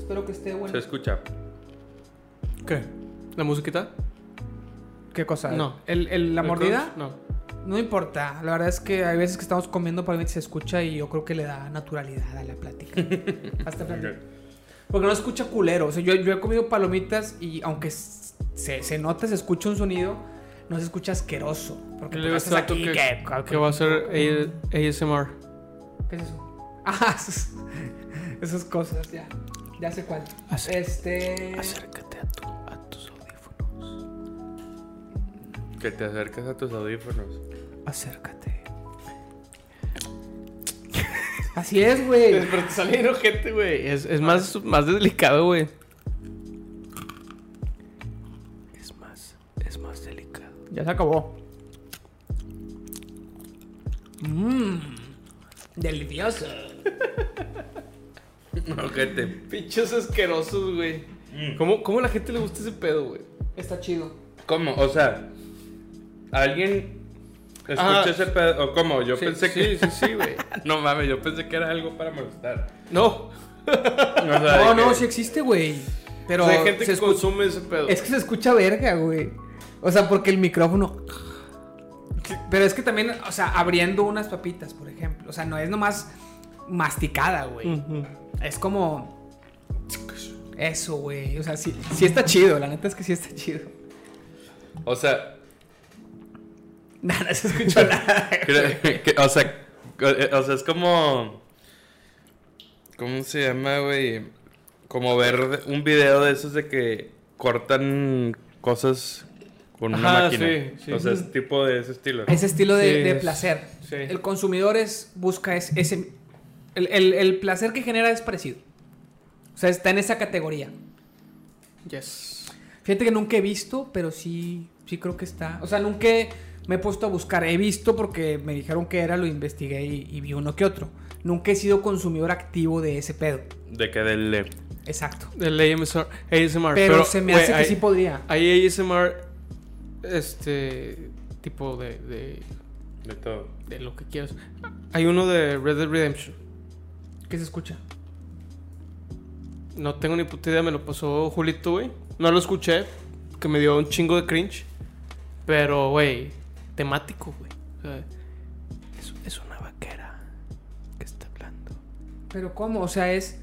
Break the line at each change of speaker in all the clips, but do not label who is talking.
Espero que esté bueno.
Se escucha.
¿Qué? ¿La musiquita?
¿Qué cosa?
No.
¿El, el- la
¿El
mordida?
crunch? No.
No importa. La verdad es que hay veces que estamos comiendo para que se escucha y yo creo que le da naturalidad a la plática. Hasta plática. Porque no escucha culero. O sea, yo, yo he comido palomitas y aunque s- se, se nota, se escucha un sonido, no se escucha asqueroso. Porque
Le
tú
digo
haces
a este
aquí
vato
que-
Que va a ser A- ASMR.
¿Qué es eso? Ah, esas, esas cosas, ya. Ya sé cuál. este.
Acércate a, tus audífonos.
Que te acerques a tus audífonos.
Acércate. Así es, güey.
Pero te sale bien ojete, güey. Es, es más, más delicado, güey. Es más, es más delicado.
Ya se acabó. Mmm. Delicioso.
Ojete.
Pinchos asquerosos, güey. ¿Cómo, ¿Cómo a la gente le gusta ese pedo, güey?
Está chido.
¿Cómo? O sea, ¿alguien escucha
Ah.
ese pedo? ¿O cómo? Yo
Sí,
pensé
sí,
que.
sí, sí, güey.
No mames, yo pensé que era algo para molestar.
No.
O sea,
No,
de
no,
que-
sí existe, güey. Pero
Pero hay gente
se
que
escu-
consume ese pedo.
es que se escucha verga, güey. O sea, porque el micrófono. Pero es que también, o sea, abriendo unas papitas, por ejemplo. O sea, no es nomás masticada, güey.
Ujú.
Es como. Eso, güey. O sea, sí, sí está chido. La neta es que sí está chido.
O sea,
Nada, no se escuchó nada.
Creo que- o sea, eh, o sea, es como. ¿Cómo se llama, güey? Como ver un video de esos de que cortan cosas con una
Ajá,
máquina.
sí, sí.
O sea, es tipo de ese estilo.
Ese estilo de,
Sí,
de
es-
placer.
sí.
El consumidor es, busca es- ese. El, el- el placer que genera es parecido. O sea, está en esa categoría.
Yes.
Fíjate que nunca he visto, pero sí, sí creo que está. O sea, nunca me he puesto a buscar. He visto porque me dijeron que era, lo investigué y, y vi uno que otro. Nunca he sido consumidor activo de ese pedo.
De que del. eh,
Exacto.
Del ASMR. ASMR.
Pero, se me
güey,
hace que
hay-
sí podría.
Hay ASMR, este tipo de, de,
De todo.
de lo que quieras. Hay uno de Red Dead Redemption.
¿Qué se escucha?
No tengo ni puta idea, me lo pasó Julito, güey. No lo escuché, que me dio un chingo de cringe. Pero, güey, temático, güey. O sea, es, es una vaquera que está hablando.
Pero ¿cómo? O sea, es...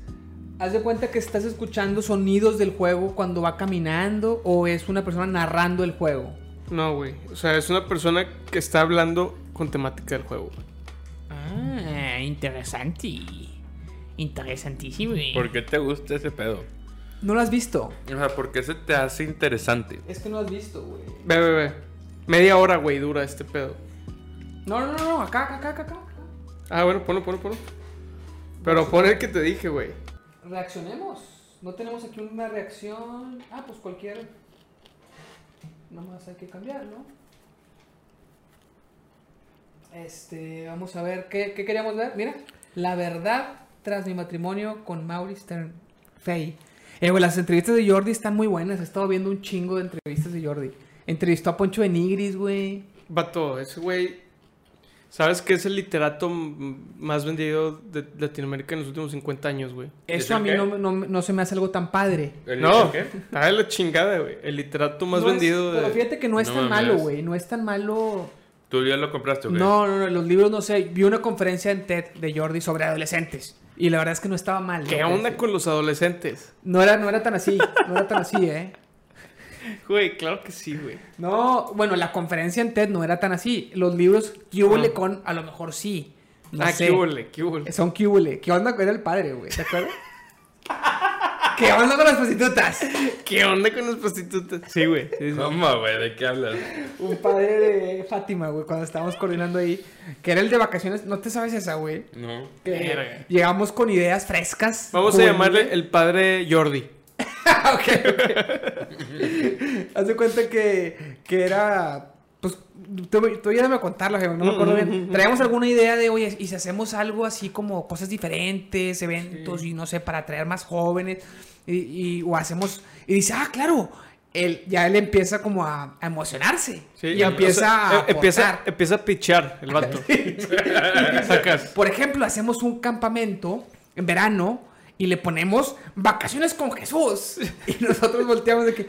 Haz de cuenta que estás escuchando sonidos del juego cuando va caminando o es una persona narrando el juego.
No, güey. O sea, es una persona que está hablando con temática del juego. güey.
Ah, interesante. Interesantísimo.
¿Por qué te gusta ese pedo?
No lo has visto.
O sea, ¿por qué se te hace interesante?
Es que no has visto, güey.
Ve, ve, ve. Media hora, güey, dura este pedo.
No, no, no, no, acá, acá, acá, acá, acá.
Ah, bueno, ponlo, ponlo, ponlo. Pero pon el que te dije, güey.
Reaccionemos. No tenemos aquí una reacción. Ah, pues cualquier. Nomás hay que cambiarlo. Este, vamos a ver qué, qué queríamos ver. Mira, la verdad tras mi matrimonio con Mauri Stern Fey. Eh, güey, las entrevistas de Jordi están muy buenas. He estado viendo un chingo de entrevistas de Jordi. Entrevistó a Poncho Benigris, güey.
Vato, ese güey. ¿Sabes qué es el literato m- más vendido de Latinoamérica en los últimos 50 años, güey?
¿Es
Eso a
el
mí
qué?
no, no- no se me hace algo tan padre.
¿El
No,
qué?
está de la chingada, güey. El literato más
No es-
vendido
Pero
de.
fíjate que no es
No
tan
mames.
malo, güey. No es tan malo.
¿Tú ya lo compraste o qué?
No, no, no, los libros no sé. Vi una conferencia en TED de Jordi sobre adolescentes. Y la verdad es que no estaba mal.
¿Qué
¿no?
onda con los adolescentes?
No era, no era tan así, no era tan así, ¿eh?
Güey, claro que sí, güey.
No, bueno, la conferencia en TED no era tan así. Los libros Cubole con, a lo mejor sí. No
ah,
sé.
qué huele, qué huele.
Son Cubole. ¿Qué onda? Era el padre, güey, ¿te acuerdas? ¿Qué onda con las prostitutas?
¿Qué onda con las prostitutas? Sí, güey. sí, sí.
¿Cómo, güey? ¿De qué hablas?
Un padre de Fátima, güey, cuando estábamos coordinando ahí. Que era el de vacaciones. ¿No te sabes esa, güey?
No.
Que
Verga.
llegamos con ideas frescas.
Vamos a
juveniles.
llamarle el padre Jordi.
Ah, ok, ok. Haz de cuenta que, que era. Pues tú, tú ayúdame a contarlo, jefe, no me acuerdo bien. Traíamos alguna idea de, oye, y si hacemos algo así como cosas diferentes, eventos y no sé, para atraer más jóvenes, y, y- o hacemos. Y dice, ah, claro. Él, ya él empieza como a, a emocionarse.
Sí,
y empieza
o sea,
a.
eh, empieza,
aportar.
empieza a pichar el vato. Sacas.
Por ejemplo, hacemos un campamento en verano y le ponemos vacaciones con Jesús. Y nosotros volteamos de que,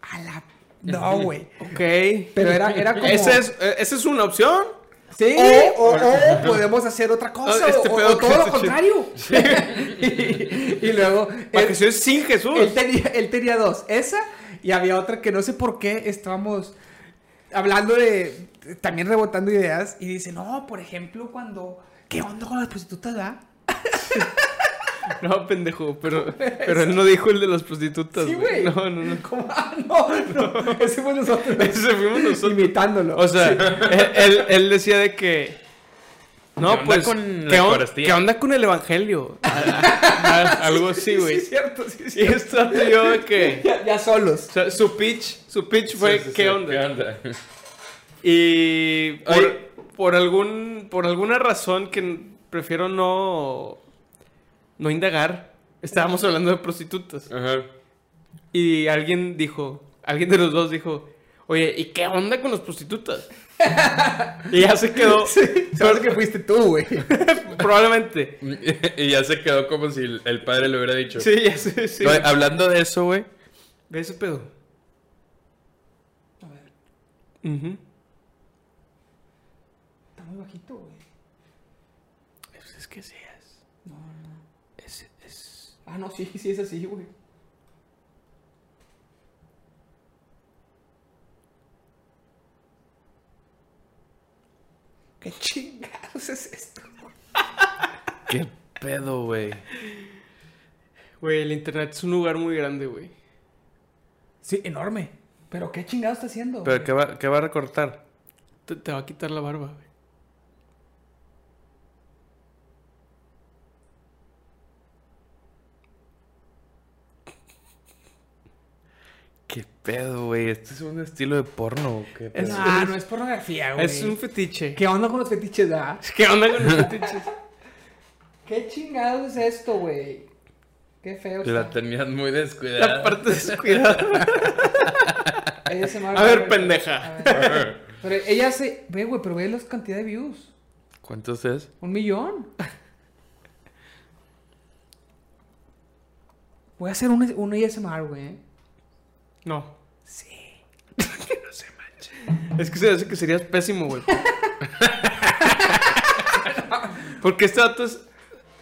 a la... No, güey.
Ok.
Pero era, era como...
¿Esa es, eh, esa es una opción?
Sí, o, o podemos hacer otra cosa,
Ah, este
o, o
pedo que
todo
está
lo
chido.
contrario. y, y luego, él,
Vacaciones sin Jesús.
él tenía, él tenía dos, esa y había otra que no sé por qué estábamos hablando de, también rebotando ideas, y dice, no, por ejemplo, cuando, ¿qué onda con las prostitutas, ah?". va?
No, pendejo, pero, pero él no dijo el de las prostitutas.
Sí,
güey.
güey.
No, no, no.
Como, ah, no, no, ese fue nosotros.
Ese fuimos nosotros.
Imitándolo.
O sea, él, él- él decía de que. No,
¿Qué onda
pues.
con la
¿qué, on-
Eucaristía?
qué onda con el evangelio? A- a- Algo así,
sí,
güey.
sí, cierto, sí,
Y
cierto.
esto trato yo de que.
Ya, ya solos.
o sea, su pitch, su pitch fue:
Sí, sí, sí.
¿qué onda?
¿Qué onda?
Y por,
Oye.
por algún por alguna razón que n- prefiero no no indagar, estábamos hablando de prostitutas
Ajá.
y alguien dijo, alguien de los dos dijo, "Oye, ¿y qué onda con las prostitutas?" y ya se quedó
Sabes que fuiste tú, güey.
probablemente.
Y ya se quedó como si el- el padre le hubiera dicho.
Sí, ya sé, sí.
Oye, hablando de eso, güey.
Ve ese pedo. Ujú.
Está muy bajito, güey.
Pues es que sí es.
No, no.
Es- es-
Ah, no, sí, sí es así, güey. ¿Qué chingados es esto?
¿Qué pedo, güey?
Güey, el internet es un lugar muy grande, güey.
Sí, enorme. Pero qué chingados está haciendo.
¿Pero qué va, qué va a recortar?
Te, te va a quitar la barba, güey.
¿Qué pedo, güey? ¿Este es un estilo de porno o qué pedo?
Es-
Ah, no es pornografía, güey.
Es un fetiche.
¿Qué onda con los fetiches, ah? da?
¿Qué onda con los fetiches?
¿Qué chingados es esto, güey? Qué feo.
La
está.
tenías muy descuidada.
La parte descuidada.
Ella se me va
A ver,
ver,
pendeja.
a ver. Pero ella se... Ve, güey, pero ve la cantidad de views.
¿Cuántos es?
Un millón. Voy a hacer un, un ASMR, güey.
No.
Sí.
Es que se hace que serías pésimo, güey. Porque este dato es.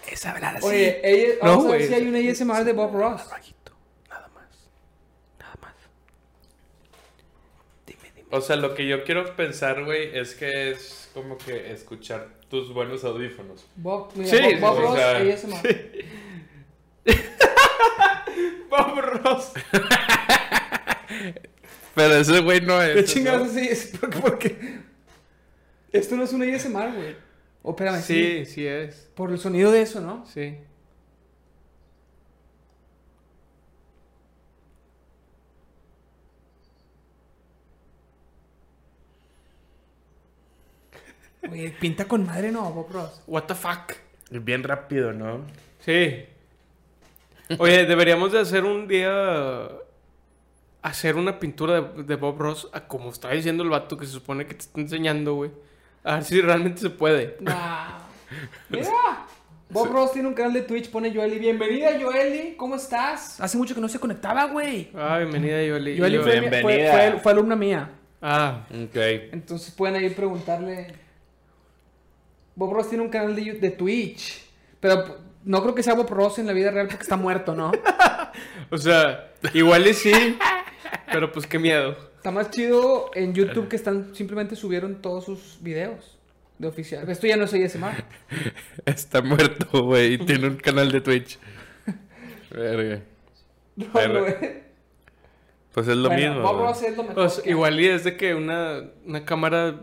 Es hablar
Oye, ella-
No,
vamos a ver
güey.
si hay un ASMR de Bob Ross.
Nada más. Nada más. Dime, dime.
O sea, lo que yo quiero pensar, güey, es que es como que escuchar tus buenos audífonos.
Bob, mira,
Sí,
Bob, Bob
o
Ross,
sea,
ASMR.
Bob Ross.
Pero ese güey no es.
¿Qué chingados así es? ¿Por qué? por qué? Esto no es un ASMR, güey. O espérame, sí.
Sí, sí es.
Por el sonido de eso, ¿no?
Sí.
Oye, pinta con madre, ¿no? Bob Ross.
What the fuck.
Bien rápido, ¿no?
Sí. Oye, deberíamos de hacer un día hacer una pintura de, de Bob Ross, a como está diciendo el vato que se supone que te está enseñando, güey. A ver si realmente se puede.
Nah. Mira. Bob Ross tiene un canal de Twitch, pone Joeli. Bienvenida, Joeli. ¿Cómo estás? Hace mucho que no se conectaba, güey.
Ah, bienvenida, Yoli.
Joeli
Yo- eh,
fue, mi- fue-
Bienvenida.
fue- fue alumna mía.
Ah,
Ok.
Entonces pueden ahí preguntarle. Bob Ross tiene un canal de, Yu- de Twitch. Pero p- no creo que sea Bob Ross en la vida real porque está muerto, ¿no?
o sea, igual y sí, pero pues qué miedo.
Está más chido en YouTube que están simplemente subieron todos sus videos de oficial. Esto ya no es ASMR.
Está muerto, güey, y tiene un canal de Twitch. Verga.
No,
Pero-
no es.
Pues es lo
Bueno,
mismo.
Bob
güey.
Ross es lo mejor.
Pues
O sea,
que-
igual y es de que una, una cámara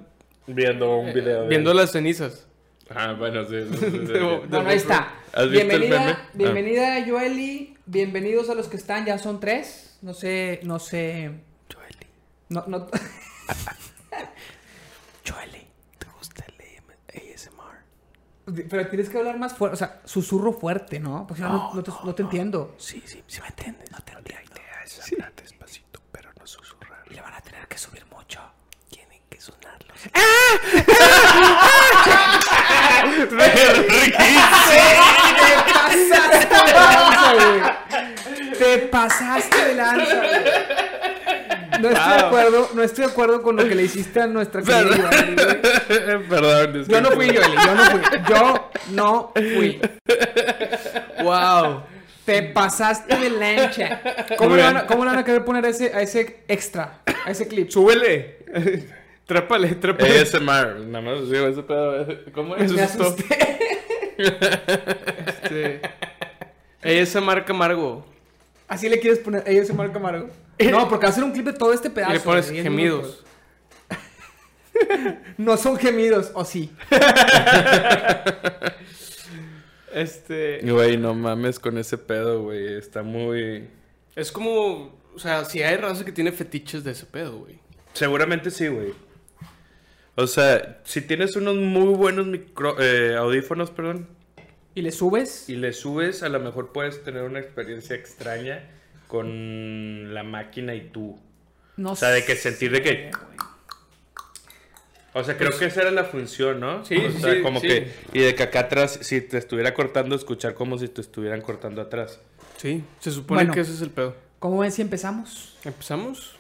Viendo un
eh,
video. de-
viendo las cenizas.
Ah, bueno, sí. sí, sí, sí.
De Bob-
Bueno, ahí está.
¿Has visto el meme?
Bienvenida,
Ah.
bienvenida Joeli. Bienvenidos a los que están, ya son tres. No sé, no sé. Joeli. No, no.
Joeli, ¿te gusta el ASMR?
Pero tienes que hablar más fuerte, o sea, susurro fuerte, ¿no? Porque si no, no, no te, no
Oh,
te entiendo. Sí, sí, sí me entiendes. No te entiendo.
despacito, pero no susurrar.
Y le van a tener que subir mucho. Tienen que sonarlo.
¡Verga!
¿Qué pasa? güey. Te pasaste de lanza, güey. No estoy, de acuerdo, no estoy de acuerdo con lo que le hiciste a nuestra querida Ivani, güey.
Perdón, es
Yo
que-
no fui, Joel, yo no fui. Yo no fui.
wow.
Te pasaste de lancha. ¿Cómo
Muy
le
bien.
van a, cómo le van a querer poner a ese, a ese extra? A ese clip.
Súbele. Trépale, trépale.
ASMR, nada más digo ese pedo. ¿Cómo es?
Me
asustó.
asusté.
Este, esa marca amargo.
Así le quieres poner. Ella se marca amargo. No, porque va a ser un clip de todo este pedazo.
Y le pones
güey, es
gemidos.
muy- No son gemidos, o sí.
Este.
Güey, no mames con ese pedo, güey. Está muy.
Es como. O sea, si hay raza que tiene fetiches de ese pedo, güey.
Seguramente sí, güey. O sea, si tienes unos muy buenos micro- eh, audífonos, perdón,
Y le subes.
y le subes, a lo mejor puedes tener una experiencia extraña con la máquina y tú.
No
O sea, de que sentir de que-
sé, güey.
O sea, creo que esa era la función, ¿no?
Pues Sí,
o
sí,
sea,
sí,
como
sí.
que y de que acá atrás si te estuviera cortando escuchar como si te estuvieran cortando atrás.
Sí, se supone
Bueno.
que ese es el pedo.
¿Cómo ven si empezamos?
¿Empezamos?